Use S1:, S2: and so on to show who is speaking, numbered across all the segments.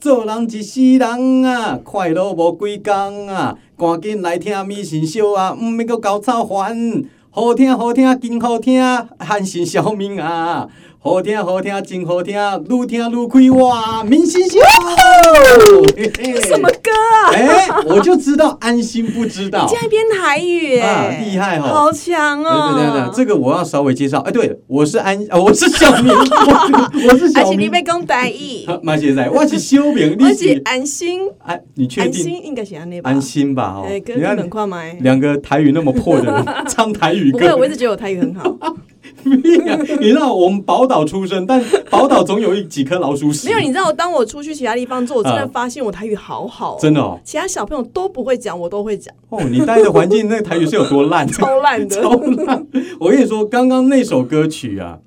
S1: 做人一世人啊，快乐无几工啊，赶紧来听米神烧啊，毋免阁搞操烦。好听好听，真好听，汉神小明啊，好听好听，真好听，愈听愈开哇，明星秀。嘿嘿
S2: 什么歌 啊？
S1: 哎、我就知道安心不知道
S2: 你。竟然编台语
S1: 啊
S2: 哎，
S1: 厉害哦
S2: 好强
S1: 对对
S2: 哦！
S1: 对对，这个我要稍微介绍。哎，对，我是安，啊我是小 明，我我是
S2: 而
S1: 小
S2: 且你
S1: 明。
S2: 被讲台语，
S1: 马先生，我是小明，
S2: 而
S1: 你
S2: 且
S1: 是
S2: 安心，
S1: 安？你确
S2: 安
S1: 定
S2: 心应该是安内吧？
S1: 安，心吧？哦，
S2: 哎，
S1: 你
S2: 哥，你们
S1: 看
S2: 看麦。
S1: 两个台语那么破的 人唱台语
S2: 不会，我
S1: 歌
S2: 一，直觉得我台语很 好。
S1: 屁啊 你知道我们宝岛出身，但宝岛总有一几颗老鼠屎
S2: 没。有，你知道，当我出去其他地方做，我真的
S1: 啊
S2: 发现我台语好好哦，
S1: 真的哦，
S2: 其他小朋友都不会讲，我 都会讲，
S1: 哦，你待的环境那个台语是有多烂？
S2: 超烂的。
S1: 超烂！我跟你说，刚刚那首歌曲啊，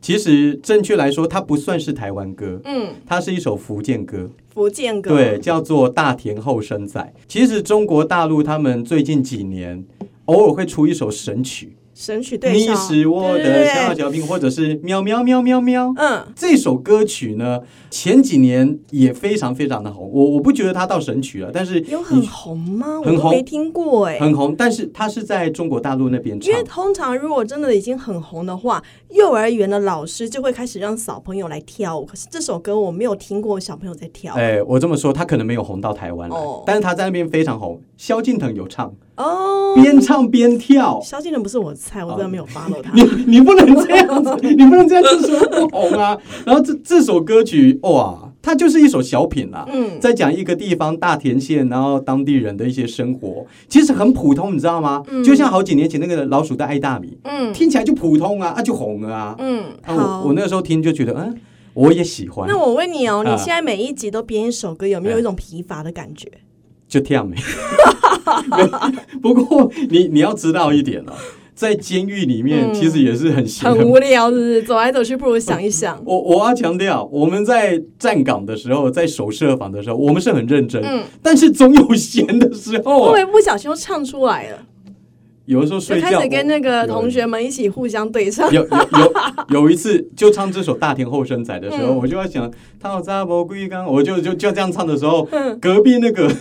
S1: 其实正确来说，它不算是台湾歌，
S2: 嗯，
S1: 它是一首福建歌，
S2: 福建歌，
S1: 对，，叫做《大田后生仔》。其实中国大陆他们最近几年偶尔会出一首神曲，
S2: 神曲对
S1: 你
S2: 象，
S1: 是我
S2: 对
S1: 的
S2: 对
S1: 小
S2: 对对
S1: 小兵，或者是喵喵喵喵喵。
S2: 嗯，
S1: 这首歌曲呢，前几年也非常非常的红，我我不觉得它到神曲了，但是
S2: 有很
S1: 你
S2: 红吗？我
S1: 很
S2: 都
S1: 红
S2: 没听过哎。
S1: 很红，但是它是在中国大陆那边唱
S2: 因为。通常如果真的已经很红的话，幼儿园的老师就会开始让小朋友来跳舞。可是这首歌我没有听过小朋友在跳
S1: 哎、我这么说，他可能没有红到台湾来，
S2: 哦
S1: 但是他在那边非常红。萧敬腾有唱，
S2: 哦。
S1: 边唱边跳。
S2: 萧敬腾不是我的菜，我真的没有 follow 他
S1: 你。 你不能 这样子，你不能这样子说不红啊。然后这这首歌曲，哇，它就是一首小品啦、
S2: 嗯，
S1: 在讲一个地方大田县，然后当地人的一些生活，其实很普通，你知道吗？
S2: 嗯
S1: 就像好几年前那个老鼠的爱大米，
S2: 嗯
S1: 听起来就普通啊，啊就红了啊。
S2: 嗯，
S1: 啊我
S2: 好
S1: 我。那个时候听就觉得，嗯，我也喜欢
S2: 那，我问你哦，你
S1: 啊
S2: 现在每一集都编一首歌，有没有
S1: 哎
S2: 一种疲乏的感觉？
S1: 就跳没。没不过你你要知道一点哦，在监狱里面
S2: 嗯
S1: 其实也是很闲
S2: 很
S1: 很
S2: 无聊，是不是？走来走去，不如想一想。
S1: 我我要强调，我们在站岗的时候，在守设防的时候，我们是很认真，
S2: 嗯，
S1: 但是总有闲的时
S2: 会
S1: 候
S2: 不
S1: 啊，
S2: 会不小心又唱出来 了？
S1: 有的时候
S2: 就
S1: 睡
S2: 开
S1: 觉，
S2: 始跟那
S1: 有
S2: 个
S1: 人
S2: 同学们一起互相对 唱。
S1: 有有有有一次就唱这首《大田后生仔》的时候，
S2: 嗯
S1: 我就在想，他扎伯龟缸，我就就就这样唱的时候，隔壁那个
S2: 嗯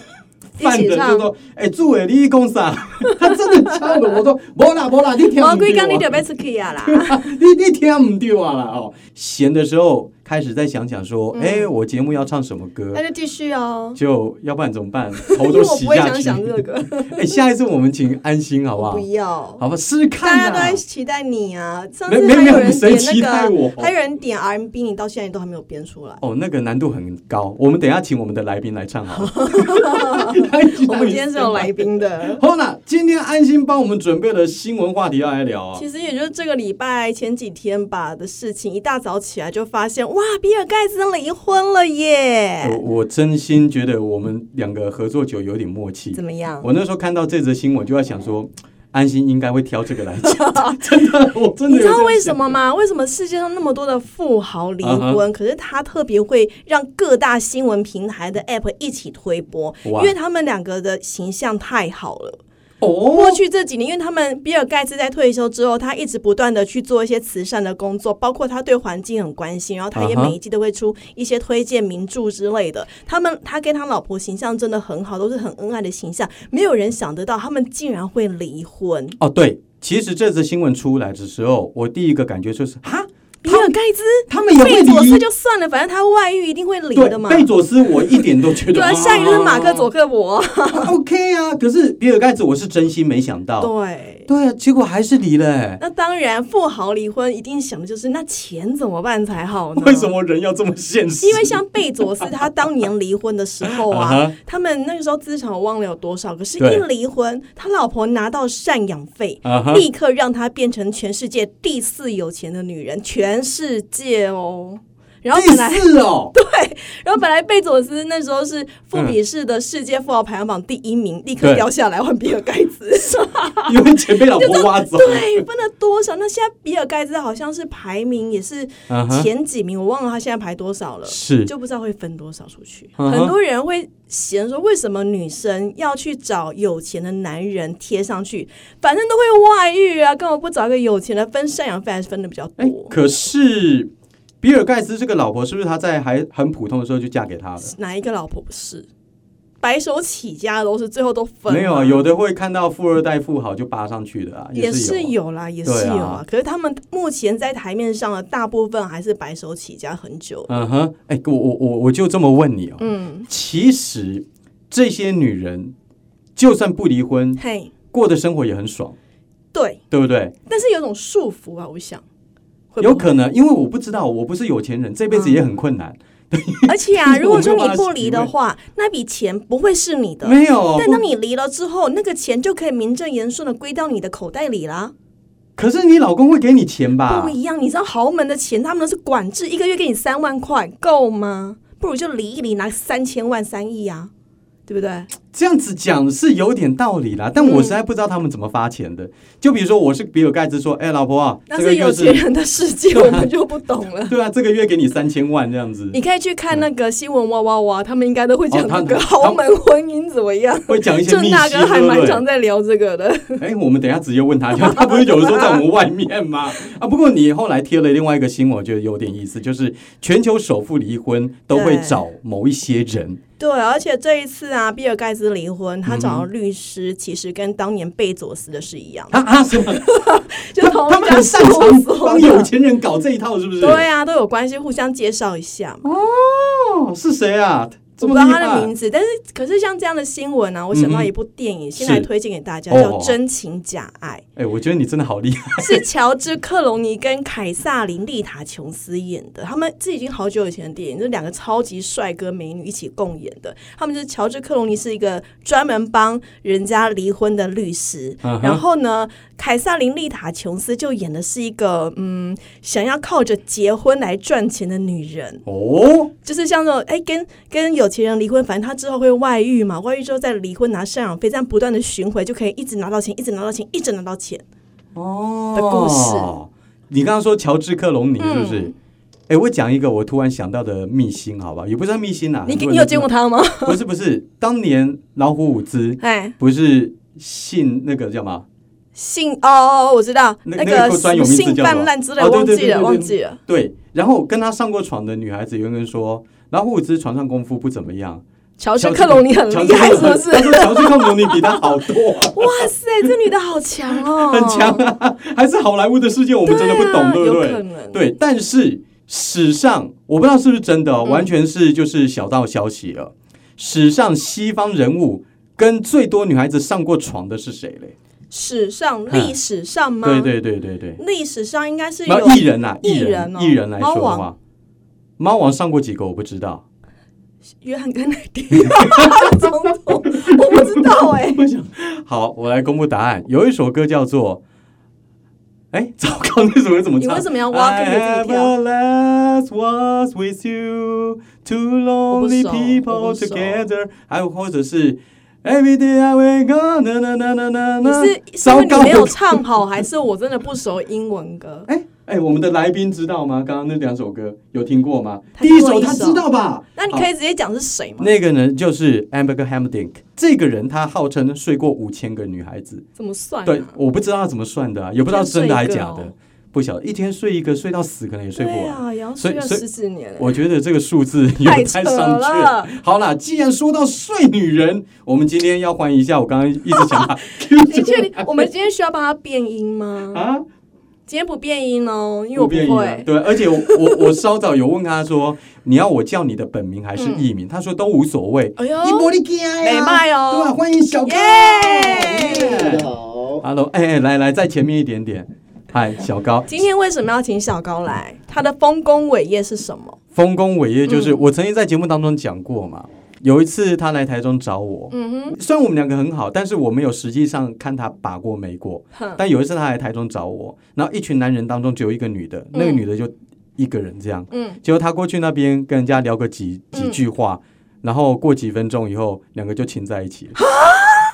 S2: 一起
S1: 犯人就说：“哎、主委，你讲啥？” 他真的唱的，我说：“无啦无啦，你听
S2: 毛
S1: 唔
S2: 龟缸你
S1: 对
S2: 就
S1: 啊，
S2: 被吃 K 啊啦！
S1: 你你听唔对啊啦哦。”闲的时候开始在想想说：“
S2: 嗯
S1: 哎、我节目要唱什么歌
S2: 那就继续哦。
S1: 就要不然怎么 办？头
S2: 因
S1: 都
S2: 为我
S1: 洗
S2: 不会
S1: 下
S2: 想
S1: 去。
S2: 想这个，
S1: 哎、下一次我们请安心好不好
S2: 不？要。
S1: 好吧，试试
S2: 大家
S1: 看
S2: 都在
S1: 啊。
S2: 期待你啊！上
S1: 没
S2: 次
S1: 没
S2: 还
S1: 没有
S2: 人
S1: 谁
S2: 点
S1: 期待
S2: 那
S1: 我
S2: 个，还有人点 RMB，你到现在都还没有编出来。
S1: 哦，那个难度很高，我们等一下请我们的来宾来唱好了。 我
S2: 我们今天是有来。宾 的，
S1: 好啦，今天安心帮我们准备了新闻话题要来聊啊。
S2: 其实也就是这个礼拜前几天吧的事情。一大早起来就发现，哇，比尔盖茨离婚了
S1: 我
S2: 耶！
S1: 我真心觉得我们两个合作久有点默契
S2: 怎。么样？
S1: 我那时候看到这则新闻，就在想说，安心应该会挑这个来 讲。真的，我真
S2: 你
S1: 的有
S2: 知道
S1: 在
S2: 为
S1: 想
S2: 什么吗？为什么世界上那么多的富豪离
S1: 啊
S2: 婚，可是他特别会让各大新闻平台的 app 一起推播？因
S1: 哇
S2: 为他们两个的形象太好了。过
S1: 哦，
S2: 去这几年，因为他们比尔盖茨在退休之后，他一直不断的去做一些慈善的工作，包括他对环境很关心，然后他也
S1: 啊哈
S2: 每一季都会出一些推荐名著之类的。他们他跟他老婆形象真的很好，都是很恩爱的形象。没有人想得到他们竟然会离婚。
S1: 哦，对，其实这则新闻出来的时候，我第一个感觉就是哈，
S2: 比尔盖茨
S1: 他们也会
S2: 贝佐斯
S1: 离。
S2: 就算了，反正他外遇一定会离的嘛。
S1: 对，贝哦佐斯我一点都觉得。
S2: 对啊，下一个是 马克佐克伯。
S1: 啊 OK 啊，可是比尔盖茨我是真心没想到。
S2: 对，
S1: 对啊，结果还是离了、欸。
S2: 那当然，富豪离婚一定想的就是那钱怎么办才好呢？
S1: 为什？么人要这么现实？
S2: 因为像贝佐斯他当年离婚的时候
S1: 啊
S2: 啊
S1: 哈，
S2: 他们那个时候资产我忘了有多少，可是
S1: 对
S2: 一离婚，他老婆拿到赡养费
S1: 啊哈，
S2: 立刻让她变成全世界第四有钱的女人，全世界哦。然后
S1: 第
S2: 本来
S1: 四哦，
S2: 然后本来贝佐斯那时候是富比士的世界富豪排行榜第一名，立刻
S1: 对
S2: 掉下来换比尔盖茨。 啊
S1: 因为钱被老婆挖走。
S2: 对，不能多少。那现在比尔盖茨好像是排名也是
S1: 啊哈
S2: 前几名，我忘了他现在排多少了。
S1: 是
S2: 就不知道会分多少出去。
S1: 嗯哼
S2: 很多人会嫌说，为什么女生要去找有钱的男人贴上去？反正都会外遇啊，干嘛不找一个有钱的分赡养费，还是分的比较
S1: 哎
S2: 多，？
S1: 可是比尔盖茨这个老婆是不是他在还很普通的时候就嫁给他了？
S2: 哪一个老婆不是？白手起家的都是最后都分了
S1: 没有啊，有的会看到富二代富豪就扒上去的啊，
S2: 也
S1: 是
S2: 是
S1: 有。
S2: 有啦，也是
S1: 对啊
S2: 有啊。可是他们目前在台面上的大部分还是白手起家很久。
S1: 嗯哼，哎、我我我我就这么问你哦，
S2: 嗯，
S1: 其实这些女人就算不离婚，
S2: 嗯嘿，
S1: 过的生活也很爽，
S2: 对，
S1: 对不对？
S2: 但是有种束缚啊，我想。会嗯不会
S1: 有可能，因为我不知道，我不是有钱人，这辈子也很困难。
S2: 而且 啊，
S1: 我
S2: 如果说
S1: 没有
S2: 你
S1: 办法
S2: 不离
S1: 体会
S2: 的话，那笔钱不会是你的。
S1: 没有，
S2: 但
S1: 不
S2: 当你离了之后，那个钱就可以名正言顺的归到你的口袋里啦。
S1: 可是你老公会给你钱吧
S2: 不？一样，你知道豪门的钱他们都是管制，一个月给你三万块，够吗？不如就离一离，拿三千万、三亿啊，对不对？
S1: 这样子讲是有点道理啦，但我
S2: 嗯
S1: 实在不知道他们怎么发钱的。就比如说，我是比尔盖茨说：“哎、老婆啊，
S2: 那
S1: 这个
S2: 是有
S1: 月
S2: 钱
S1: 是，
S2: 人的世界，我们就不懂 了。
S1: 对啊，这个月给你三千万这样 子。”
S2: 你可以去看那个新闻哇哇哇，他们应该都会
S1: 哦
S2: 讲
S1: 他
S2: 那个豪门婚姻怎么样。
S1: 会讲一些
S2: 郑
S1: 秘
S2: 大
S1: 辛，
S2: 哥还
S1: 对不
S2: 蛮
S1: 对
S2: 常？在聊这个的，
S1: 哎、我们等一下直接问他 就好，他不是有的时候在我们外面吗？啊，不过你后来贴了另外一个新闻，我觉得有点意思，就是全球首富离婚都会
S2: 对
S1: 找某一些人，
S2: 对，而且这一次啊，比尔盖茨离婚，他
S1: 嗯
S2: 找
S1: 哼
S2: 的律师其实跟当年贝佐斯的是一样的，
S1: 啊啊 什么？
S2: 就 同
S1: 他
S2: 一
S1: 们
S2: 家
S1: 很
S2: 事
S1: 擅
S2: 务
S1: 长
S2: 所
S1: 帮有
S2: 的，
S1: 钱人搞这一套，是不是？
S2: 对啊，都有关系，互相介绍一下嘛。
S1: 哦，是谁啊？这
S2: 我不
S1: 么
S2: 知道
S1: 厉
S2: 他的
S1: 害
S2: 名字，但是可是像这样的新闻啊，我想
S1: 嗯
S2: 到
S1: 哼
S2: 一部电影，现在
S1: 是
S2: 推荐给大家
S1: 哦
S2: 叫《真情假爱
S1: 哎、我觉得你真的好厉害。》，
S2: 是乔治·克隆尼跟凯撒琳·丽塔·琼斯演的。他们这已经好久以前的电影，这两个超级帅哥美女一起共演的。他们就是乔治·克隆尼是一个专门帮人家离婚的律师，
S1: 嗯哼
S2: 然后呢，凯撒琳·丽塔·琼斯就演的是一个嗯，想要靠着结婚来赚钱的女 人。
S1: 哦，
S2: 就是像那种哎、跟跟有钱人离婚，反正他之后会外遇嘛，外遇之后再离婚拿赡养费，这样不断的巡回就可以一直拿到钱，一直拿到钱，一直拿到钱。
S1: 哦
S2: 的故事。
S1: 你刚刚说乔治克隆尼是不是？
S2: 嗯
S1: 哎、我讲一个我突然想到的秘辛，好吧，也不算秘辛啦、啊
S2: 你
S1: 很多人
S2: 你有
S1: 都知
S2: 见
S1: 道
S2: 过他吗？
S1: 不是不是，当年老虎伍兹
S2: 哎，
S1: 不是信那个叫什么？
S2: 性哦哦，哦我知道
S1: 那
S2: 个
S1: 那个专有名字
S2: 性
S1: 叫什么
S2: 泛滥之类，
S1: 哦对
S2: 忘
S1: 对
S2: 记
S1: 对对
S2: 了，
S1: 对
S2: 忘记了。
S1: 对，然后跟他上过床的女孩子永远说，老虎伍兹床上功夫不怎么样，
S2: 乔治·哦克隆尼很
S1: 乔
S2: 厉
S1: 治
S2: 害，是不
S1: 他
S2: 是？
S1: 说乔治克隆尼比他好多、啊，
S2: 哇塞，这女的好强哦，
S1: 很强啊，还是好莱坞的世界我们真的不懂，对
S2: 对啊
S1: 不
S2: 有可
S1: 对？
S2: 能，
S1: 对，但是史上我不知道是不是真的、哦，
S2: 嗯
S1: 完全是就是小道消息了。史上西方人物跟最多女孩子上过床的是谁嘞？
S2: 史上
S1: 哎
S2: 历史上吗？
S1: 对，对对对对。
S2: 历史上应该是
S1: 那
S2: 有
S1: 艺人啊，艺
S2: 艺
S1: 人
S2: 人哦
S1: 艺人来说的
S2: 猫
S1: 话，猫王上过几个我不知道，
S2: 约翰·甘乃迪总统，我不知道 哎。
S1: 我想好，我来公布答案。有一首歌叫做，哎， 糟糕，那首歌怎么
S2: 你
S1: 唱？
S2: 为什么要挖坑给自
S1: I
S2: 己跳
S1: ever last was with you, two
S2: 不
S1: lonely
S2: 熟我
S1: people
S2: 不熟
S1: together，还有或者是 Every day I wake up，na na na na na
S2: 你
S1: na，
S2: 是是因
S1: 糟
S2: 为你
S1: 糕
S2: 没有唱好，还是我真的不熟英文歌？
S1: 哎哎，我们的来宾知道吗？刚刚那两首歌有听过吗？
S2: 他
S1: 第
S2: 听过
S1: 首
S2: 一
S1: 他知
S2: 首
S1: 道吧？
S2: 那你可以直接讲是谁吗？
S1: 那个人就是 Amber Hamdink，这个人他号称睡过五千个女孩子，
S2: 怎么算、啊？
S1: 对，我不知道他怎么算的、啊，也不知道真的还假
S2: 一天睡一个
S1: 的
S2: 哦，
S1: 不晓得一天睡一个，睡到死可能也睡不
S2: 对
S1: 完。
S2: 啊，也要
S1: 所
S2: 睡
S1: 以
S2: 了
S1: 所以
S2: 十几年、欸。
S1: 我觉得这个数字有待商
S2: 太扯了
S1: 榷。好啦，既然说到睡女人，我们今天要换一下，我刚刚一直想 把
S2: 你 确定我们今天需要帮他变音吗？
S1: 啊，
S2: 今天不变音哦，因为我
S1: 不
S2: 不
S1: 便于啊
S2: 会。
S1: 对，而且我我我稍早有问他说， 你要我叫你的本名还是艺名？他说都无所谓。
S2: 哎呦，
S1: 你莫你惊呀，
S2: 美麦哦
S1: 对吧？啊欢迎小哥。
S2: 耶
S3: 大家好，
S1: Hello，哎、哎，来来，在前面一点点。嗨，小高，
S2: 今天为什么要请小高来？他的丰功伟业是什么？
S1: 丰功伟业就是、
S2: 嗯
S1: 我曾经在节目当中讲过嘛。有一次他来台中找我，
S2: 嗯
S1: 虽然我们两个很好，但是我没有实际上看他把过没过。
S2: 哼，哼，
S1: 但 有一次他来台中找我，然后一群男人当中只有一个女的，那个女的就一个人这样。
S2: 嗯，
S1: 结果他过去那边跟人家聊个几几句话，然后过几分钟以后，两个就亲在一起了。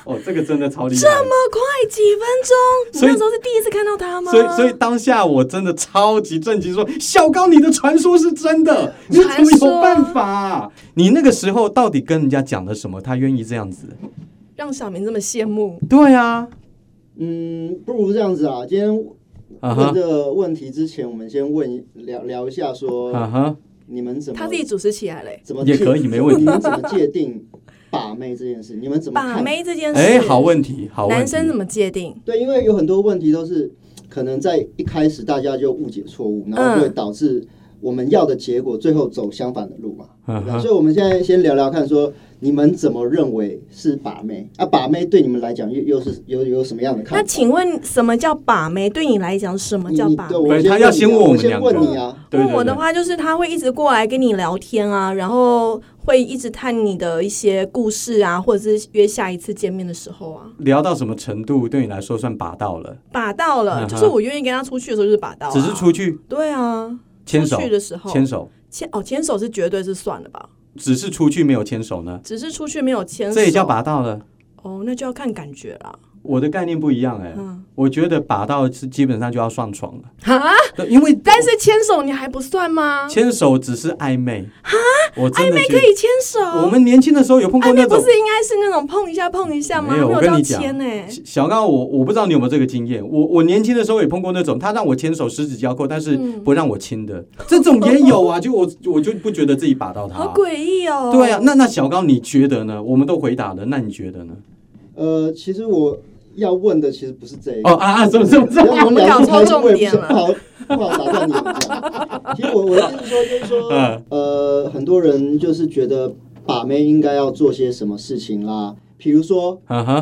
S1: 哦，这个真的超厉害。
S2: 啊这么快几分钟？你
S1: 所以
S2: 那时候是第一次看到他吗？
S1: 所以，所以当下我真的超级震惊，说小高，你的传说是真的，你怎么
S2: 传说
S1: 有办法啊、你那个时候到底跟人家讲了什么？他愿意这样子？
S2: 让小明这么羡慕。
S1: 对啊，
S3: 嗯，不如这样子啊，今天
S1: 啊
S3: 问
S1: 哈
S3: 这个问题之前，我们先问一聊聊一下说，
S1: 啊哈，
S3: 你们怎么
S2: 他自己主持起来嘞、
S3: 怎么
S1: 也
S3: 界
S1: 可以没问题
S3: 你们怎么界定把妹这件事？你们怎么
S2: 把
S3: 看？
S2: 妹这件事，
S1: 哎，好问题，好问题。
S2: 男生怎么界定？
S3: 对，因为有很多问题都是可能在一开始大家就误解错误，然后就会导致我们要的结果最后走相反的路嘛。
S1: 嗯
S3: 对吧
S1: 哼
S3: 所以，我们现在先聊聊看，说你们怎么认为是把妹？啊，把妹对你们来讲又又是有有什么样的看
S2: 那
S3: 法？
S2: 请问什么叫把妹？对你来讲，什么
S3: 你
S2: 叫
S3: 你
S2: 把
S3: 对
S2: 妹？
S3: 我
S1: 对
S3: 先
S1: 他
S3: 问
S1: 要
S3: 你
S1: 先
S3: 啊
S1: 问我
S3: 我
S1: 们
S3: 先
S1: 两
S3: 问
S1: 个
S3: 你啊，
S1: 对对
S2: 问我的
S1: 对
S2: 话，就是他会一直过来跟你聊天啊，然后会一直探你的一些故事啊，或者是约下一次见面的时候啊，
S1: 聊到什么程度对你来说算拔到了？
S2: 把到了，
S1: 嗯哼
S2: 就是我愿意跟他出去的时候就是把到、啊，
S1: 只是出去
S2: 对啊，
S1: 牵手
S2: 出去，的时候
S1: 牵手，
S2: 牵哦牵手是绝对是算了吧，
S1: 只是出去没有牵手呢，
S2: 只是出去没有牵手，
S1: 这也叫拔到了。
S2: 哦，那就要看感觉啦，
S1: 我的概念不一样哎、
S2: 嗯
S1: 我觉得拔到是基本上就要上床了，
S2: 哈，
S1: 对，因为
S2: 但是牵手你还不算吗？
S1: 牵手只是暧昧我真
S2: 暧
S1: 的
S2: 昧
S1: 觉
S2: 可
S1: 得
S2: 以牵手，
S1: 我们年轻的时候有碰过
S2: 暧
S1: 那
S2: 昧不
S1: 种。
S2: 是应该是那种碰一下碰一下吗？
S1: 没有我跟
S2: 到
S1: 你讲
S2: 牵呢、
S1: 小小高，我我不知道你有没有这个经验。我我年轻的时候也碰过那种，他让我牵手十指交扣，但是
S2: 嗯
S1: 不让我亲的，这种也有啊。就 我我就不觉得自己把到他、
S2: 好诡异哦。
S1: 对啊，那那小高你觉得呢？我们都回答了，那你觉得呢？
S3: 呃，其实我要问的其实不是这一个
S1: 哦。啊啊，什么什么什么？
S3: 然后我们聊
S2: 搞错
S3: 出
S2: 重点啊了
S3: 不好不好打断你 们这样。其实我我的意思说就 是说
S1: 嗯，
S3: 呃，很多人就是觉得把妹应该要做些什么事情啦，比如说
S1: 啊哈，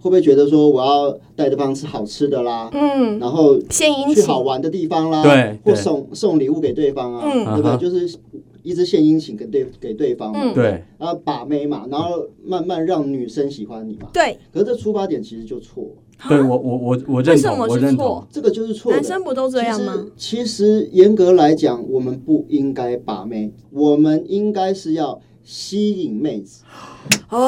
S3: 会不会觉得说我要带对方吃好吃的啦，
S2: 嗯，
S3: 然后
S2: 献殷
S3: 去
S2: 勤，
S3: 好玩的地方啦，
S1: 对
S3: 或
S1: 对
S3: 送送礼物给对方啊，
S2: 嗯
S3: 对不
S1: 啊哈
S3: 对？就是一直献殷勤给对给对方嘛，
S2: 嗯
S1: 对，
S3: 然后把妹嘛，然后慢慢让女生喜欢你嘛。
S2: 对，
S3: 可是这出发点其实就错，
S1: 对我我我我
S2: 为
S1: 认
S2: 什
S1: 同，
S2: 么
S1: 我
S2: 是
S1: 认同
S2: 错。？
S3: 这个就是错的。
S2: 男生不都这样吗？
S3: 其实？其实严格来讲，我们不应该把妹，我们应该是要吸引妹子。
S2: 哦，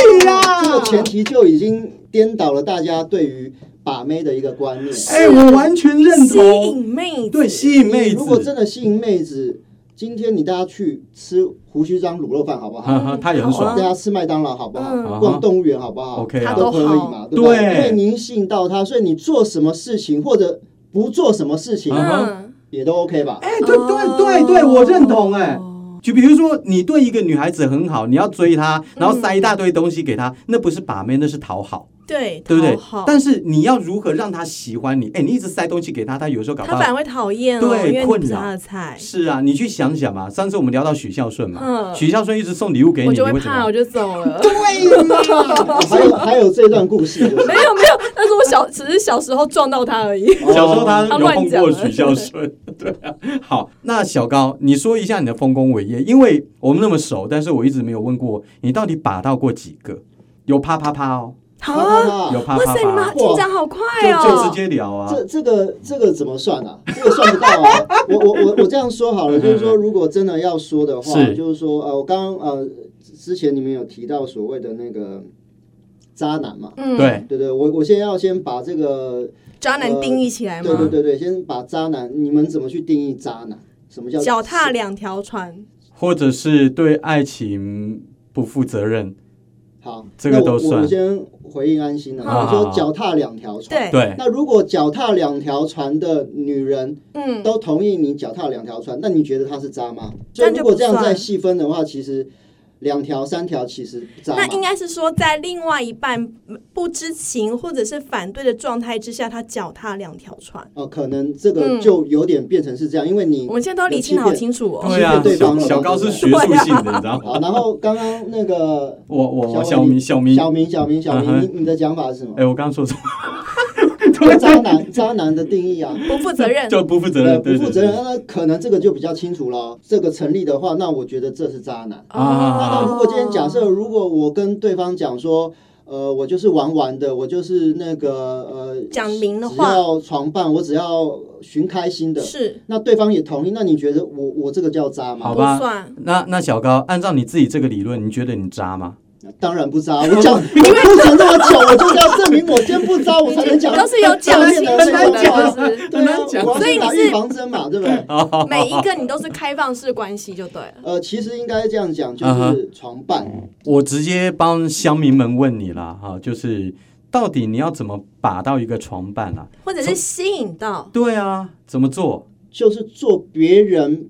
S3: 真的呀！这个前提就已经颠倒了大家对于把妹的一个观念。
S1: 哎，我完全认
S2: 吸
S1: 同，
S2: 引妹子，
S1: 对，吸引妹
S3: 你如果真
S1: 子，
S3: 的吸引妹子，今天你带她去吃胡须章卤肉饭好不好？
S1: 哈哈，他也很
S2: 好
S1: 爽
S3: 带她吃麦当劳好不
S2: 嗯
S3: 好？逛动物园好不好
S1: 啊 OK 啊
S3: 都可以嘛，对不
S1: 对
S3: 对？因为您吸引到她，所以你做什么事情或者不做什么事情
S1: 嗯哼
S2: 嗯，
S3: 也都 OK 吧？
S1: 哎，对对对
S2: 哦
S1: 对，我认同，哎。就比如说，你对一个女孩子很好，你要追她，
S2: 嗯
S1: 然后塞一大堆东西给她，那不是把妹，那是讨好，
S2: 对，
S1: 对不对
S2: 讨好？
S1: 但是你要如何让她喜欢你？哎，你一直塞东西给她，她有时候搞不
S2: 他反
S1: 好。
S2: 而会讨厌哦，
S1: 对
S2: 因为你
S1: 困
S2: 不是
S1: 扰
S2: 他的菜，
S1: 是啊，你去想想嘛。上次我们聊到许孝顺嘛，
S2: 嗯
S1: 许孝顺一直送礼物给你，
S2: 我
S1: 你
S2: 就
S1: 会
S2: 会
S1: 怎么
S2: 怕，
S1: 样
S2: 我？就走了。
S3: 还有还有这段故事，就是
S2: 没有没有，但是我小只是小时候撞到他而已。
S1: 小时候他有
S2: 他乱
S1: 碰
S2: 讲
S1: 过
S2: 了
S1: 许孝顺，对啊。好，那小高，你说一下你的丰功伟业，因为我们那么熟，但是我一直没有问过你到底把到过几个，有啪啪啪哦，
S2: 好
S3: 啪
S2: 啊，
S3: 啪啪
S1: 有啪
S2: 哇
S1: 啪
S2: 塞，你们
S1: 啪，
S2: 进展好快
S1: 就就
S2: 哦
S1: 直！接聊啊
S3: 这，这个这个怎么算啊？这个算不到 啊！我我我我这样说好了，就是说，如果真的要说的话，
S1: 是
S3: 就是说，呃，我刚刚呃之前你们有提到所谓的那个渣男嘛，
S2: 嗯，
S1: 对，
S3: 对对，我我现在要先把这个，
S2: 渣男定义起来
S3: 对呃对
S2: 吗？
S3: 对对，先把渣男，你们怎么去定义渣男？什么叫
S2: 脚踏两条船，
S1: 或者是对爱情不负责任，
S3: 好？
S1: 这个
S3: 那我
S1: 都算
S3: 我我先回应安心了，
S1: 好
S3: 我
S1: 好
S3: 说
S1: 好
S3: 脚踏两条
S2: 对，
S3: 船。
S1: 对，
S3: 那如果脚踏两条船的女人
S2: 嗯，
S3: 都同意你脚踏两条船，那你觉得他是渣吗？所
S2: 那
S3: 以
S2: 就不
S3: 如果这样
S2: 算
S3: 再细分的话，其实两条、三条其实不渣
S2: 那应
S3: 嘛。
S2: 该是说，在另外一半不知情或者是反对的状态之下，他脚踏两条船。
S3: 哦，可能这个
S2: 嗯
S3: 就有点变成是这样，因为你
S2: 我们现在都理清得好清楚哦。
S1: 对啊，
S3: 欺骗对方
S1: 小小
S3: 了嘛
S1: 高是
S3: 对
S1: 学
S2: 不对
S1: 术性的，你知道吗？
S3: 好，然后刚刚那个
S1: 我我我小
S3: 小
S1: 明
S3: 明
S1: 小明，
S3: 小明、小明、小
S1: 嗯
S3: 明，
S1: 哼
S3: 你你的讲法是什 么？
S1: 哎，我刚刚说什么？
S3: 渣男，渣男的定义啊，
S2: 不负责任，
S1: 就不负责
S3: 呃，
S1: 任，
S3: 不
S1: 对
S3: 负
S1: 对
S3: 责
S1: 对
S3: 任，，那可能这个就比较清楚了。这个成立的话，那我觉得这是渣男。
S1: 啊啊
S3: 那如果今天假
S2: 哦
S3: 设，如果我跟对方讲说，呃，我就是玩玩的，我就是那个呃，
S2: 讲明的
S3: 只
S2: 话
S3: 要床伴，我只要寻开心的，
S2: 是
S3: 那对方也同意，那你觉得我我这个叫渣
S1: 好
S2: 不
S3: 吗？
S1: 吧
S2: 算，
S1: 那那小高，按照你自己这个理论，你觉得你渣吗？
S3: 当然 不渣，我讲我铺陈那么久，我就是要证明我今天不渣，我才能 讲。
S2: 都是有讲清楚
S3: 才能
S2: 的，
S3: 讲
S2: 就
S3: 啊
S2: 是
S3: 对
S1: 很
S3: 啊，
S1: 难讲
S3: 我要
S2: 所以
S3: 先
S2: 你
S3: 打
S2: 是
S3: 预防针嘛，对不对？
S1: 嗯
S2: 每一个你都是开放式关系就对了。
S3: 呃，其实应该这样讲，就
S1: 嗯哼
S3: 是床伴，
S1: 我直接帮乡民们问你啦，哈，就是到底你要怎么把到一个床伴啊？
S2: 或者是吸引到
S1: 对啊，怎么做？
S3: 就是做别人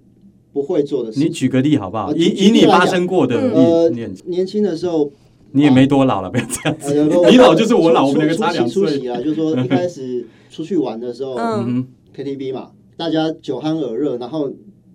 S3: 不会做的事
S1: 你
S3: 情。
S1: 举个例好不好？
S3: 啊呃
S1: 以
S3: 举
S1: 以
S3: 举例
S1: 你
S3: 来
S1: 发
S3: 讲
S1: 生过的
S2: 嗯
S3: 呃
S1: 例，你，
S3: 年轻的时候，
S1: 你也没多老了，不要这样
S3: 呃
S1: 子。你老就是我老，我
S3: 出
S1: 们两个差两
S3: 出席出
S1: 岁。
S3: 席啊，就 是说一开始出去玩的时候
S2: 嗯
S1: 嗯
S3: ，KTV 嘛，大家酒酣耳热，然后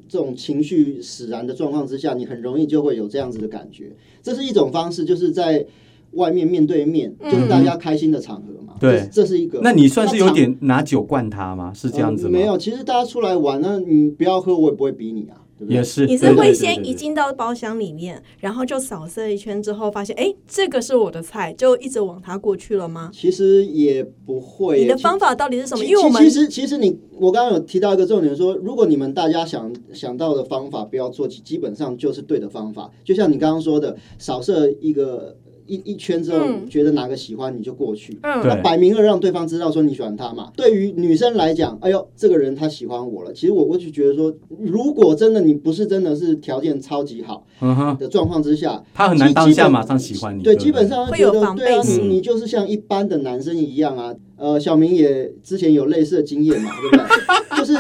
S3: 这种情绪使然的状况之下，你很容易就会有这样子的感觉。这是一种方式，就是在外面面对面，
S2: 嗯
S3: 就是大家开心的场合嘛。
S1: 对
S3: 这这是一个
S1: 哼，。那你算是有
S3: 那场
S1: 点拿酒灌他吗？是这样子
S3: 呃
S1: 吗？
S3: 没，有，其实大家出来玩，那你不要喝，我也不会逼你啊，对不对？
S1: 也是。
S2: 你是
S1: 对
S2: 会
S1: 对
S2: 先
S1: 对
S2: 一
S1: 对
S2: 进到包厢里面，然后就扫射一圈之后，发现哎，诶这个是我的菜，就一直往它过去了吗？
S3: 其实也不会
S2: 嗯
S3: 耶。
S2: 你的
S3: 其
S2: 方法到底是什么？
S3: 其
S2: 因为我们
S3: 其实其实你，我刚刚有提到一个重点说，如果你们大家想想到的方法不要做，基基本上就是对的方法。就像你刚刚说的，扫射一个一一圈之后，
S2: 嗯
S3: 觉得哪个喜欢你就过去。
S2: 嗯
S1: 对
S3: 那摆明了让对方知道说你喜欢他嘛。对于女生来讲，哎呦，这个人他喜欢我了。其实我我就觉得说，如果真的你不是真的是条件超级好
S1: 嗯哼，
S3: 的状况之下，
S1: 他很难当
S3: 基基
S1: 下
S3: 本
S1: 马上喜欢你。
S3: 对，
S1: 不
S3: 基本上
S2: 会
S3: 觉
S2: 有
S3: 得
S2: 防
S3: 对啊，
S2: 备
S3: 你
S1: 心
S3: 你就是像一般的男生一样啊。呃，小明也之前有类似的经验嘛，对不对？ 就是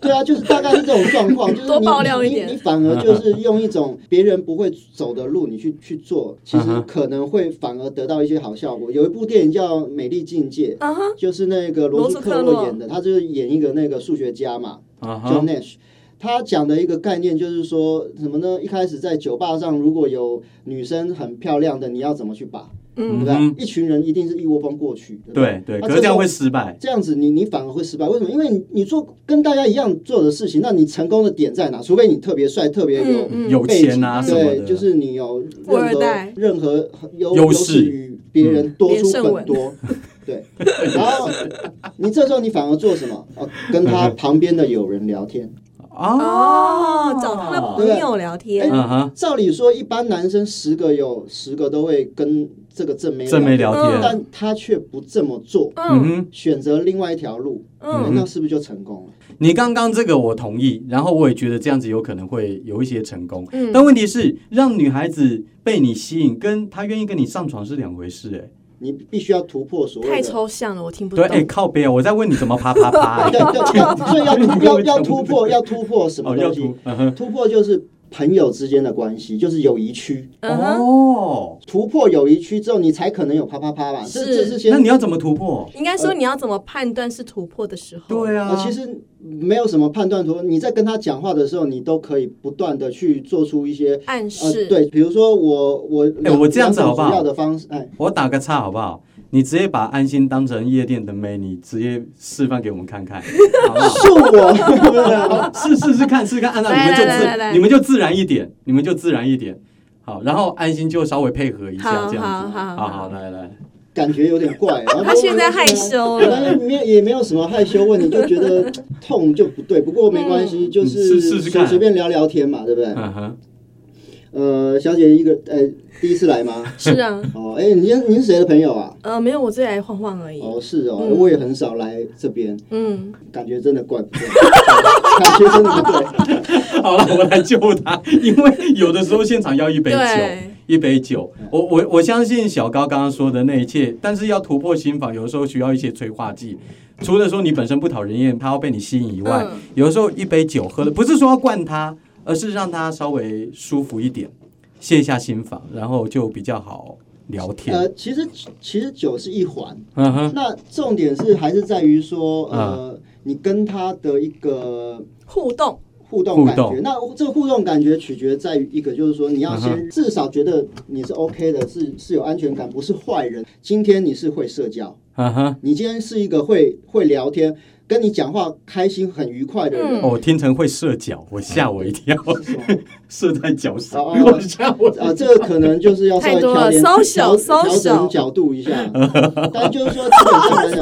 S3: 对啊，就是大概是这种状况，就是
S2: 多
S3: 你
S2: 爆料一
S3: 你
S2: 点
S3: 你反而就是用一种别人不会走的路，你去去做， 其实
S1: 嗯哼
S3: 可能会反而得到一些好效果。有一部电影叫《美丽境界》。
S2: 啊哈，
S3: 就是那个罗素
S2: 罗
S3: 克
S2: 素克
S3: 洛
S2: 洛
S3: 演的，他就是演一个那个数学家嘛，
S1: 嗯
S3: 叫
S1: 哼，
S3: Nash，他讲的一个概念就是说什么呢？一开始在酒吧上如果有女生很漂亮的，你要怎么去把，对不
S2: 嗯
S1: 嗯
S3: 对？
S1: 哼
S3: 一群人一定是一窝蜂过去，对不对？
S1: 对对，
S3: 啊
S1: 可是
S3: 这
S1: 这样
S3: 种
S1: 会失败。
S3: 这样子你你反而会失败，为什么？因为你你做跟大家一样做的事情，那你成功的点在哪？除非你特别帅，特别有、
S2: 嗯
S1: 有
S3: 背景
S1: 钱啊什么
S3: 对，
S1: 的，
S3: 就是你有
S2: 富二
S3: 任何
S2: 代
S3: 任何
S1: 优
S3: 优优
S1: 势
S3: 势于别人多
S2: 连
S3: 出
S2: 胜
S3: 很
S2: 文
S3: 多， 对。然后你这时候你反而做什么？哦，跟 他旁边的友人聊天。
S2: 哦，找他的朋友聊天
S3: 对，
S1: 嗯哼，
S3: 照理说，一般男生十个有十个都会跟这个正妹
S1: 正妹聊
S2: 嗯
S1: 天，
S3: 但他却不这么做，
S1: 嗯
S2: 嗯
S1: 哼。
S3: 选择另外一条路，
S2: 嗯，
S3: 那是不是就成功了？
S1: 你刚刚这个我同意，然后我也觉得这样子有可能会有一些成功。
S2: 嗯
S1: 但问题是，让女孩子被你吸引，跟她愿意跟你上床是两回事、欸。
S3: 你必须要突破嗯所谓
S2: 太
S3: 的。
S2: 抽象了，我听不
S1: 对，
S2: 懂。
S1: 哎、靠背啊，我在问你怎么啪啪啪、
S3: 对
S1: 欸。
S3: 对，要所以要要要突 破，要突破什么
S1: 哦，要
S3: 东西
S1: 读？，嗯哼
S3: 突破就是朋友之间的关系，就是友谊区。
S2: 嗯哼，
S1: 哦，
S3: 突破友谊区之后，你才可能有啪啪啪吧？这
S2: 是
S3: 这是先
S1: 那你要怎么突破？
S2: 应该说你要怎么判断是突破的时候？
S1: 对啊，
S3: 呃，其实没有什么判断图，你在跟他讲话的时候，你都可以不断的去做出一些
S2: 暗示
S3: 呃，，对，比如说我我
S1: 哎我这样子好不好
S3: 两种主要的方式，哎，
S1: 我打个岔好不好？你直接把安心当成夜店的妹，你直接示范给我们看 看，好不好？
S3: 是我，
S1: 试试试看，试试看，按照你们就
S2: 来来来来
S1: 自
S2: 来
S1: 你们就自然一点，你们就自然一点。好，然后安心就稍微配合一下，
S2: 好
S1: 这样子。
S2: 好
S1: 好
S2: 好好
S1: 来来，
S3: 感觉有点怪。然后
S2: 他现在害羞了
S3: 但是没有也没有什么害羞问题，就觉得痛就不对。不过没关系，就
S1: 嗯试
S3: 是
S1: 试
S3: 随
S1: 看
S3: 随便聊聊天嘛，对不对？
S1: 嗯哼，嗯
S3: 呃，小姐一个，呃，第一次来 吗？
S2: 是啊，
S3: 哦，哎，您您是谁的朋友啊？
S2: 呃，没有，我只是来晃晃而已。
S3: 哦，是哦，
S2: 嗯
S3: 我也很少来这边，
S2: 嗯，
S3: 感觉真的怪 不对，感觉真的不对。
S1: 好了，我来救他，因为有的时候现场要一杯酒，
S2: 对，
S1: 一杯酒。
S3: 嗯
S1: 我我我相信小高刚刚说的那一切，但是要突破心房，有的时候需要一些催化剂。除了说你本身不讨人厌，他要被你吸引以外，
S2: 嗯
S1: 有的时候一杯酒喝了，不是说要灌他，而是让他稍微舒服一点，卸下心房，然后就比较好聊天。
S3: 呃，其实其实酒是一环，
S1: 嗯哼，
S3: 那重点是还是在于说，呃，你跟他的一个
S2: 互动，
S3: 互动感
S1: 互
S3: 觉
S1: 动。
S3: 那这个互动感觉取决在于一个，就是说你要
S1: 嗯
S3: 先至少觉得你是 OK 的，是是有安全感，不是坏人。今天你是会社交，
S1: 嗯哼。
S3: 你今天是一个会会聊天，跟你讲话开心很愉快的人。
S2: 嗯
S1: 哦，我听成会射脚，我吓我一跳，
S3: 是什么
S1: 射在脚上，
S3: 嗯哦哦
S1: 我吓我一 跳。
S3: 啊，这个可能就是要稍微
S2: 太多
S3: 调
S2: 了
S3: 点
S2: 稍小稍
S3: 调调
S2: 小
S3: 整角度 一下，但就是说基本上来讲，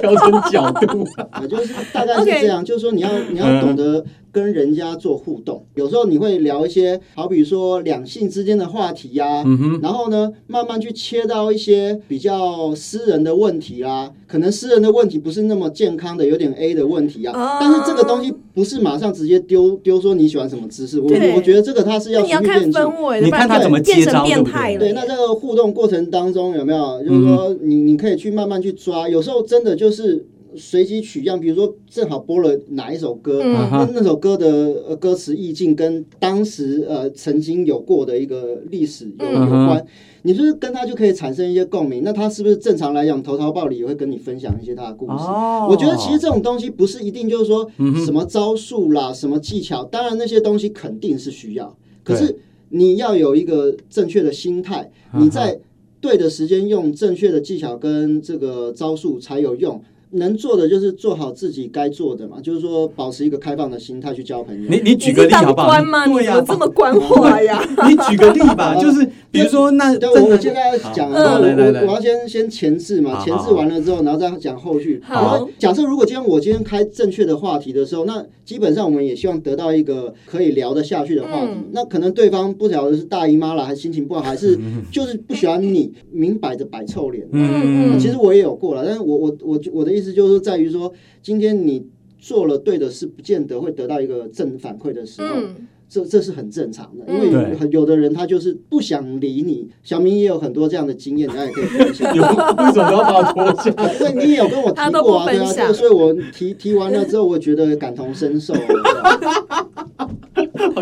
S1: 调整角度。嗯
S3: 啊，就是大概是这样，就是说你要你要懂得跟人家做互动。有时候你会聊一些，好比说两性之间的话题呀、
S1: 嗯哼，
S3: 然后呢，慢慢去切到一些比较私人的问题啦、可能私人的问题不是那么健康的，有点 A 的问题啊。
S2: 哦
S3: 但是这个东西不是马上直接丢丢说你喜欢什么姿势，我
S2: 对
S3: 我觉得这个它是
S2: 那
S3: 要
S2: 你
S3: 循
S2: 要
S3: 序
S2: 看
S3: 渐进。
S2: 氛围，
S1: 你
S2: 不然
S1: 看他
S2: 就
S1: 怎么接
S2: 变成
S1: 招
S2: 变
S1: 对不对
S2: 态了耶。
S3: 对，那这个互动过程当中有没有，就是说
S1: 嗯
S3: 你你可以去慢慢去抓，有时候真的就是随机取样，比如说正好播了哪一首歌，
S2: 嗯
S1: 啊哈
S3: 那那首歌的呃歌词意境跟当时呃曾经有过的一个历史有有
S1: 嗯
S3: 关，你是不是跟他就可以产生一些共鸣？那他是不是正常来讲，投桃报李也会跟你分享一些他的故事？
S1: 哦，
S3: 我觉得其实这种东西不是一定就是说
S1: 嗯哼
S3: 什么招数啦、什么技巧，当然那些东西肯定是需要，可
S1: 对
S3: 是你要有一个正确的心态，
S1: 嗯
S3: 你在对的时间用正确的技巧跟这个招数才有用。能做的就是做好自己该做的嘛，就是说保持一个开放的心态去交朋友。
S1: 你你
S2: 你
S1: 举个
S2: 是
S1: 例好
S2: 当
S1: 不好？
S2: 官吗？
S1: 对
S2: 你怎
S1: 呀
S2: 么，这么官话呀？
S1: 你举个例 吧，就是比如说那
S3: 对，我我现
S1: 在
S3: 在要讲，
S1: 好
S3: 然
S2: 嗯
S3: 后
S1: 来来来
S3: 我我要先先前置嘛，
S1: 好
S3: 前置完了之后，然后再讲后续。
S2: 好
S3: 然后假设如果今天我今天开正确的话题的时候，那基本上我们也希望得到一个可以聊得下去的话题
S2: 嗯。
S3: 那可能对方不晓得是大姨妈啦，还是心情不好，还 是就是不喜欢你，明摆着摆臭脸。
S2: 嗯
S3: 其实我也有过了，但是我我我我的意思就是在于说，今天你做了对的事，不见得会得到一个正反馈的时候。
S2: 嗯，
S3: 这这是很正常的，因
S2: 嗯
S3: 为
S1: 对。
S3: 有有的人他就是不想理你。小明也有很多这样的经验，大家也可以 分享
S1: 有为什么要把我拖下？
S3: 啊，对，你也有跟我
S2: 他
S3: 提
S2: 都不
S3: 过啊，对
S2: 分
S3: 啊，
S2: 享
S3: 对，所以我提提完了之后，我觉得感同身受。对啊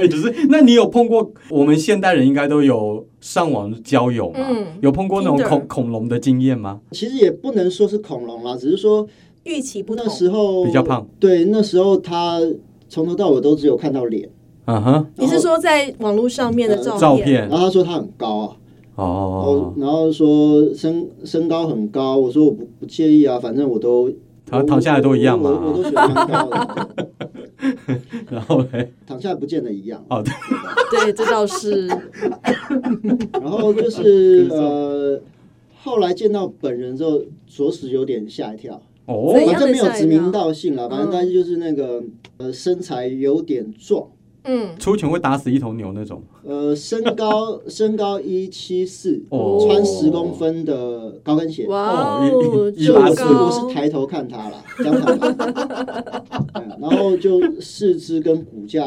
S1: 也是，那你有碰过？我们现代人应该都有上网交友嘛？
S2: 嗯
S1: 有碰过那种
S2: Tinder
S1: 恐恐龙的经验吗？
S3: 其实也不能说是恐龙啦，只是说
S2: 预期不
S3: 那
S2: 同。
S3: 时候
S1: 比较，胖，
S3: 对，那时候他从头到尾都只有看到脸，
S1: 嗯哼，
S2: 你是说在网络上面的
S3: 呃
S1: 照
S2: 片？
S1: 片
S3: 然后他说他很高啊，然后
S1: 哦，
S3: 然后说身身高很高，我说我不不介意啊，反正我都
S1: 躺
S3: 我
S1: 躺下来都一样嘛
S3: 我我我都喜欢高的，
S1: 然后嘞，
S3: 躺下来不见得一样。
S1: 哦，对，
S2: 对，这倒是。
S3: 然后哦 就是
S1: 咳嗽
S3: 呃，后来见到本人之后，着实有点吓一跳。
S1: 哦
S2: 怎，样
S3: 反正没有
S2: 的吓一
S3: 指名
S2: 跳
S3: 道姓了，反正
S2: 嗯
S3: 但是就是那个呃身材有点壮，
S2: 嗯，
S1: 出拳会打死一头牛那种，
S3: 呃身 高身高一七四，
S1: 哦
S3: 穿十公分的高跟鞋。
S2: 哇
S1: 哦
S2: 哦，
S1: 一
S3: 就
S2: 这
S1: 一
S2: 么
S3: 我
S1: 八
S3: 是
S1: 四
S2: 高
S3: 我是抬头看他啦，讲坦 白，嗯然后就四肢跟骨架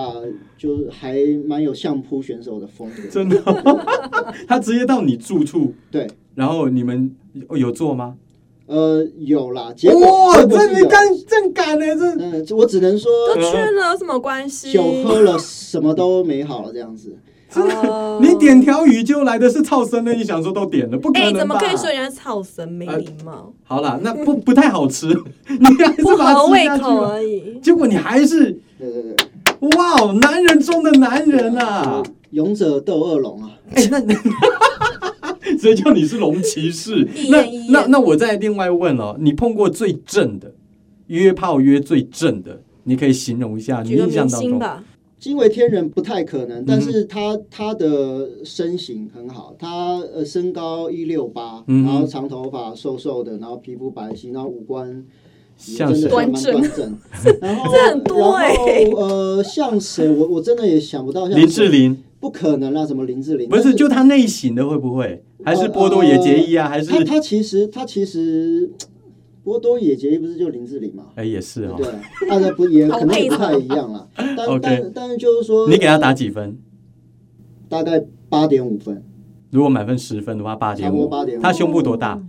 S3: 就还蛮有相扑选手的风格，
S1: 真的， 他直接到你住处，
S3: 对，
S1: 然后你们有有做吗？
S3: 呃有啦，结果结果是有，
S1: 真敢呢，欸这
S3: 嗯，我只能说
S2: 都去了，有什么关系？
S3: 酒喝了什么都没好了这样子。
S1: 真
S2: 的
S1: 你点条鱼就来的是超生的，你想说都点了，不可
S2: 哎、
S1: 能吧？
S2: 怎么可以说人家草神没礼貌？
S1: 好啦，那不不太好吃，你呃还是
S2: 不
S1: 把它
S2: 合
S1: 吃
S2: 胃
S1: 下去啊
S2: 口
S1: 吧。
S2: 而已。
S1: 结果你还是
S3: 对对对，
S1: 哇哦，男人中的男人 啊！
S3: 勇者斗恶龙啊，
S1: 哎、那 那，谁叫你是龙骑士
S2: 一？
S1: 那
S2: 言一言
S1: 那那我再另外问哦，你碰过最正的约炮约最正的，你可以形容一下你
S2: 举个
S1: 印象
S2: 明
S1: 啊当
S2: 星
S1: 中。
S2: 吧，
S3: 惊为天人不太可能，
S1: 哼
S3: 但是他他的身形很好，他呃身高一六八，
S1: 嗯
S3: 然
S1: 哼
S3: 后长头发，瘦瘦的，然后皮肤白皙，然后五官也
S1: 像
S3: 真的
S1: 谁
S3: 是？蛮
S2: 端正
S3: 端正，然 后
S2: 这很多
S3: 然后
S2: 欸
S3: 呃像谁？我我真的也想不到像谁
S1: 林志，玲
S3: 不可能啦，啊什么林志玲？
S1: 不
S3: 但
S1: 是就他类型的会不会？还
S3: 哦
S1: 是波多野结衣啊？还是
S3: 他他其实他其实波多野结衣不是就林志玲嘛？
S1: 哎、也是哦
S3: 对。啊，大概不也
S2: 好
S3: 可能
S2: 配
S3: 也不
S2: 合
S3: 太一样啦。但
S1: OK
S3: 但但是就是说，
S1: 你给他打几分？
S3: 大概八点五分，
S1: 如果满分十分的话，八
S3: 差
S1: 点
S3: 不多
S1: 五。
S3: 八点五。
S1: 他胸部多大？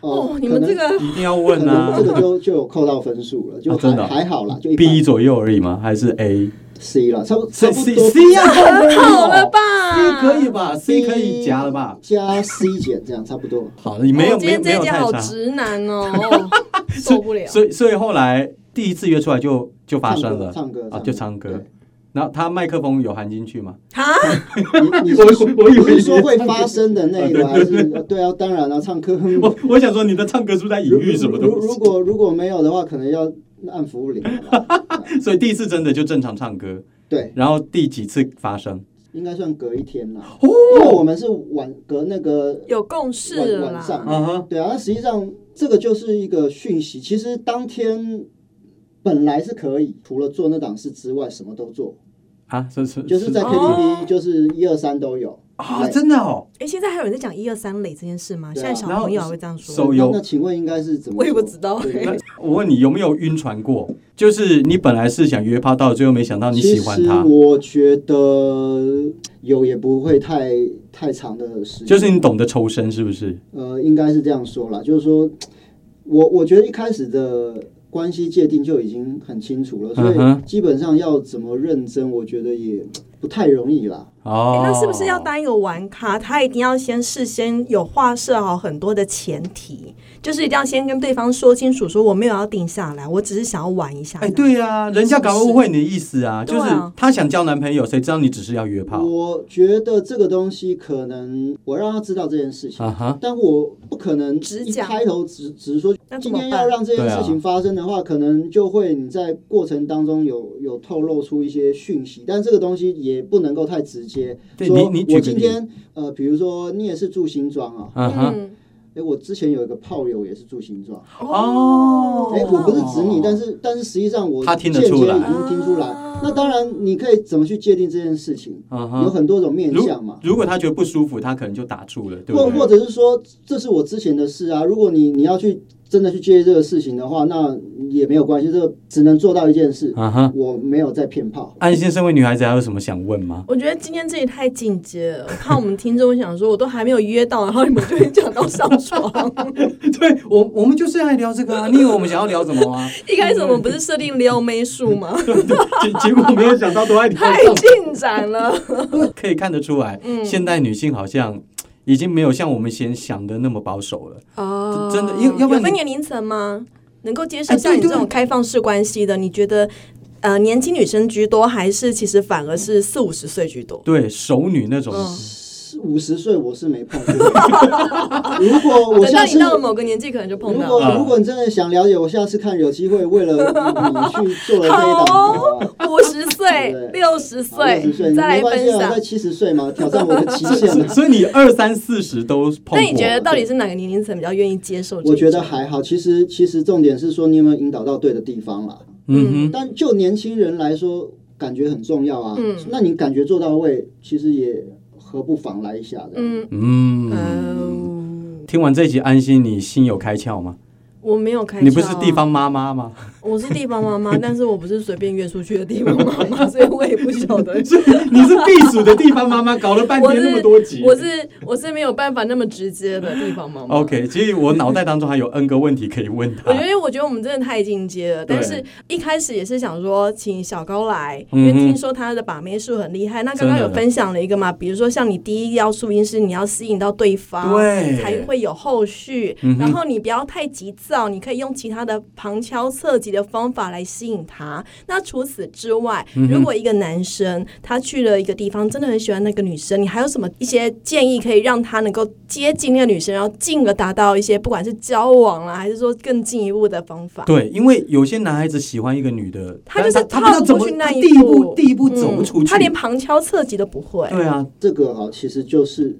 S2: 哦，你
S3: 可
S2: 们
S3: 能
S2: 这个
S1: 一定要
S3: 可
S1: 问
S3: 能
S1: 啊
S3: 这。个就就有扣到分数了，就
S1: 啊
S3: 还
S1: 真的哦
S3: 还好啦，就一
S1: B
S3: 般
S1: 左右而已吗？还是 A？
S3: C 了，差不
S1: C
S3: 差不
S1: C
S3: 多
S1: C 呀，很
S2: 好啊了吧？
S1: ？C 可以吧？C 可以夹了吧？
S3: 加 C 减这样差不多。
S1: 好了，你没有
S2: 哦今
S1: 没有
S2: 天
S1: 没
S2: 这一
S1: 有
S2: 集
S1: 太
S2: 好
S1: 差，
S2: 直 男哦，受不了。
S1: 所以所以后来第一次约出来就就发
S3: 唱
S1: 生
S3: 歌
S1: 了
S3: 唱歌
S1: 啊，就唱歌。然后他麦克风有含进去吗？
S2: 哈，
S3: 对。你你
S1: 我
S3: 是
S1: 我以为
S3: 你
S1: 你
S3: 是说会发生的那个还是对啊？当然了，唱歌。
S1: 我我想说你的唱歌是不是在隐
S3: 如
S1: 喻什么
S3: 如
S1: 东
S3: 如
S1: 西？
S3: 果如果没有的话，可能要按服务铃了 吧。
S1: 所以第一次真的就正常唱歌，
S3: 对，
S1: 然后第几次发生？
S3: 应该算隔一天啦，
S1: 哦，
S3: 因为我们是晚隔那个
S2: 有共识了
S3: 晚晚上
S2: 啦。
S1: 啊哈，
S3: 对啊，那实际上这个就是一个讯息。其实当天本来是可以，除了做那档事之外，什么都做，
S1: 啊，是是
S3: 就是在
S2: 哦
S3: KTV 就是一二三都有。
S1: 啊，
S3: 对
S1: 真的哦，
S2: 哎，现在还有人在讲一二三垒这件事吗？
S3: 对
S2: 现
S3: 啊
S2: 在小
S1: 然后
S2: 朋友还会这样说？
S1: 手
S3: 那
S1: 游
S3: 那请问应该是怎么做？
S2: 我也不知道
S3: 对
S1: 那我问你有没有晕船过？就是你本来是想约炮，到最后没想到你
S3: 其
S1: 喜
S3: 实
S1: 欢他，
S3: 我觉得有也不会太太长的时间，
S1: 就是你懂得抽身，是不是？
S3: 呃，应该是这样说啦，就是说我我觉得一开始的关系界定就已经很清楚了，所
S1: 嗯哼
S3: 以基本上要怎么认真，我觉得也不太容易啦。
S1: 哦
S2: 诶，那是不是要当一个玩咖？他一定要先事先有画设好很多的前提，就是一定要先跟对方说清楚，说我没有要定下来，我只是想要玩一下。
S1: 哎，，对呀、人家搞误会你的意思啊，
S2: 是不
S1: 就是是
S2: 对啊
S1: 她想交男朋友，谁知道你只是要约炮
S3: 我觉得这个东西可能我让他知道这件事情，
S1: 啊哈？
S3: 但我不可能
S2: 直
S3: 一
S2: 讲
S3: 开头只只是说
S2: 那怎
S3: 今
S2: 么
S3: 天要
S2: 办？
S3: 让这件事情发生的话，可能就会你在过程当中有有透露出一些讯息，但这个东西也不能够太直接。
S1: 对
S3: 说
S1: 你你举
S3: 我
S1: 个
S3: 今
S1: 例
S3: 天呃，比如说你也是住新庄啊，
S1: 啊哈，
S2: 嗯，
S3: 诶，哎我之前有一个炮友也是住新庄，
S1: 哦
S3: 诶，我不是指你
S1: 哦，
S3: 但是但是实际上我
S1: 他听得
S3: 间接
S1: 出来
S3: 已经听出来。
S2: 啊
S3: 那当然，你可以怎么去界定这件事情？
S1: 啊
S3: 有
S1: 哈。
S3: 很多种面
S1: 如
S3: 向嘛。
S1: 如果她觉得不舒服，她可能就打住了，对
S3: 或
S1: 不
S3: 或
S1: 对？
S3: 者是说，这是我之前的事啊。如果你你要去真的去介意这个事情的话，那也没有关系，这个只能做到一件事。
S1: 啊哈，
S3: 我没有在骗炮。
S1: 安心身为女孩子，还有什么想问吗？
S2: 我觉得今天这里太进阶了，我怕我们听众想说，我都还没有约到，然后你们就会讲到上 床。
S1: 对我，我们就是爱聊这个啊。你以为我们想要聊什么啊？
S2: 一开始我们不是设定撩妹术 吗？
S1: 结结果没有想到都爱聊
S2: 太进展了，
S1: 可以看得出来，
S2: 嗯
S1: 现代女性好像已经没有像我们先想的那么保守了。
S2: 哦
S1: 真的要要不然
S2: 有分
S1: 你
S2: 年龄层吗？能够接受
S1: 哎
S2: 像你
S1: 对
S2: 这
S1: 对
S2: 种开放式关系的，你觉得呃年轻女生居多，还是其实反而是四五十岁居多？
S1: 对，熟女那种，
S2: 嗯
S3: 五十岁我是没碰过。 如果我
S2: 等到
S3: 下
S2: 你
S3: 次，
S2: 到了某个年纪，可能就
S3: 如
S2: 碰到了。
S3: 果
S1: 了
S3: 如果你真的想了解，我下次看有机会为了你你去做了这一
S2: 好哦
S3: 档好啊，
S2: 五十岁、六十
S3: 六十岁
S2: 岁，再来
S3: 没关
S2: 分
S3: 系啊，我
S2: 享
S3: 在。七十岁嘛，挑战我的极限
S1: 所
S3: 了。
S1: 所以你二三四十都碰过。
S2: 那你觉得到底是哪个年龄层比较愿意接受这一种？
S3: 我觉得还好，其实其实重点是说你有没有引导到对的地方啦。
S1: 嗯哼，
S3: 但就年轻人来说，感觉很重要啊。
S2: 嗯
S3: 那你感觉做到位，其实也何不妨来一下的。
S2: 嗯，
S1: 嗯。
S2: 嗯，
S1: 听完这一集，安心，你心有开窍吗？
S2: 我没有开、啊，
S1: 你不是地，方妈妈吗？
S2: 我是地方妈妈，但是我不是随便约出去的地方妈妈，所以我也不 晓得。
S1: 你是避暑的地方妈妈，搞了半
S2: 我
S1: 天
S2: 是
S1: 那么多集。
S2: 我是我是没有办法那么直接的地方妈妈。
S1: OK，其实我脑袋当中还有 N 个问题可以问
S2: 我
S1: 他
S2: 觉。得，因为我觉得我们真的太进阶了。
S1: 对
S2: 但是一开始也是想说，请小高来，
S1: 嗯哼
S2: 因为听说他的把妹术很厉害。那刚
S1: 真
S2: 刚
S1: 的
S2: 有分享了一个嘛，比如说像你第一要素应是你要吸引到对方，
S1: 对
S2: 才会有后续。
S1: 嗯哼
S2: 然后你不要太急躁，你可以用其他的旁敲侧击的方法来吸引他。那除此之外，
S1: 嗯
S2: 如果一个男生他去了一个地方，真的很喜欢那个女生，你还有什么一些建议可以让他能够接近那个女生，然后进而达到一些不管是交往啊啦，还是说更进一步的方法？
S1: 对，因为有些男孩子喜欢一个女的，
S2: 他就是
S1: 但他不知道
S2: 踏不
S1: 怎么
S2: 出去那一
S1: 第一步
S2: 步嗯
S1: 第一步走不出去。
S2: 他连旁敲侧击都不会。
S1: 对啊，
S3: 这个哈、其实就是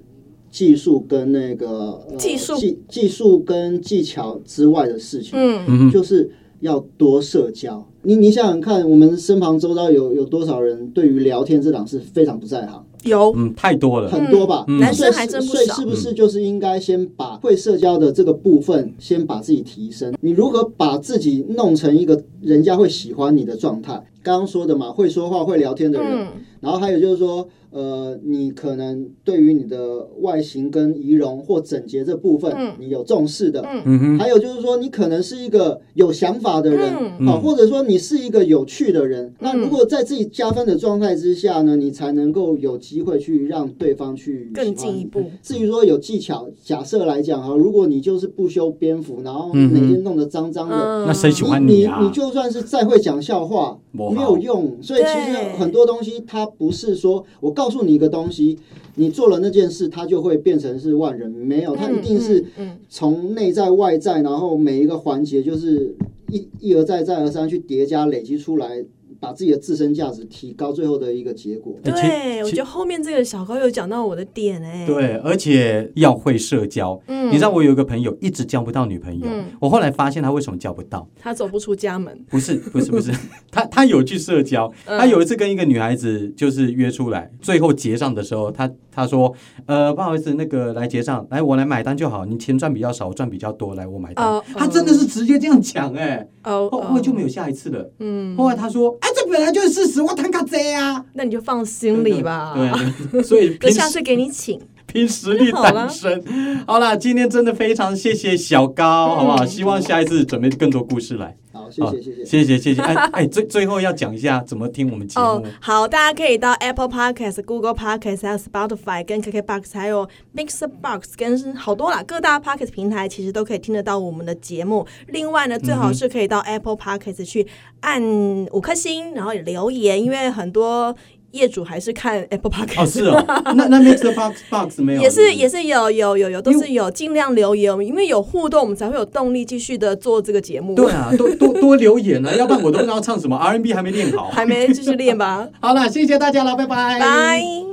S3: 技术跟那个、呃、
S2: 技术
S3: 技技术跟技巧之外的事情，
S2: 嗯，
S1: 嗯哼，
S3: 就是要多社交。你你想想看，我们身旁周遭有有多少人对于聊天这档事非常不在行，
S2: 有。
S1: 嗯，太多了。
S3: 很多吧？
S1: 嗯
S2: 男
S3: 所以
S2: 生还真不
S3: 所以
S2: 少
S3: 是不是就是应该先把会社交的这个部分先把自己提升？你如何把自己弄成一个人家会喜欢你的状态？刚刚说的嘛，会说话、会聊天的人，
S2: 嗯，
S3: 然后还有就是说，呃，你可能对于你的外形跟仪容或整洁这部分，
S2: 嗯
S3: 你有重视的。
S2: 嗯
S1: 嗯哼，
S3: 还有就是说，你可能是一个有想法的人，
S2: 嗯
S3: 啊，
S1: 嗯
S3: 或者说你是一个有趣的人。那
S2: 嗯
S3: 如果在自己加分的状态之下呢，你才能够有机会去让对方去喜欢
S2: 更进一
S3: 你。
S2: 步。
S3: 至于说有技巧，假设来讲哈，如果你就是不修边幅，
S1: 嗯
S3: 然后每天弄得脏脏的，
S2: 嗯，
S1: 那谁喜欢
S3: 你
S1: 啊
S3: 你就算是再会讲笑话，
S1: 没
S3: 没有用。所以其实
S2: 对
S3: 很多东西，它不是说我告诉你一个东西，你做了那件事，它就会变成是万人。没有，它一定是
S2: 嗯
S3: 从内在外在，然后每一个环节就是一一而再再而三去叠加累积出来。把自己的自身价值提高，最后的一个结果。
S1: 哎其
S2: 对，我
S1: 其
S2: 觉得后面这个小高有讲到我的点哎、，
S1: 对，而且要会社交。
S2: 嗯
S1: 你知道我有一个朋友一直交不到女朋友，
S2: 嗯
S1: 我后来发现他为什么交不到，
S2: 他走不出家门，
S1: 不是不 是不是，他他有去社交，
S2: 嗯
S1: 他有一次跟一个女孩子就是约出来，最后结账的时候，他他说呃不好意思，那个来结账，来我来买单就好，你钱赚比较少，我赚比较多，来我买单。
S2: 哦
S1: 他真的是直接这样讲哎、欸，
S2: 哦
S1: 后后来就没有下一次了。
S2: 嗯，
S1: 后来他说啊这本来就是事实，我谈卡贼啊，
S2: 哦那你就放心里吧。
S1: 对，对对所以
S2: 那
S1: 平
S2: 下
S1: 时
S2: 次给你请。
S1: 凭实力诞生。好啦，今天真的非常谢谢小高，
S2: 嗯
S1: 好不好？希望下一次准备更多故事来。
S3: 好，谢
S1: 好
S3: 谢谢谢。
S1: 谢谢， 谢谢。哎哎，最最后要讲一下怎么听我们节
S2: 哦
S1: 目。，
S2: 好，大家可以到 Apple Podcast、Google Podcast、还有 Spotify、跟 KKBox、还有 Mixer Box 跟好多啦，各大 Podcast 平台其实都可以听得到我们的节目。另外呢，最
S1: 嗯
S2: 好是可以到 Apple Podcast 去按五颗星，然后也留言，因为很多业主还是看 Apple
S1: 哦，
S2: Podcast。
S1: 是哦，那那 Mixer Box Box 没有？
S2: 也
S1: 对
S2: 是
S1: 不对
S2: 也是有有有有都
S1: 因为
S2: 是有尽量留言，因为有互动，我们才会有动力继续的做这个节目。
S1: 对，啊，多多多留言啊，要不然我都不知道唱什么 R&B 还没练好。
S2: 还没继续练吧，
S1: 好了，谢谢大家了，拜拜。
S2: 拜。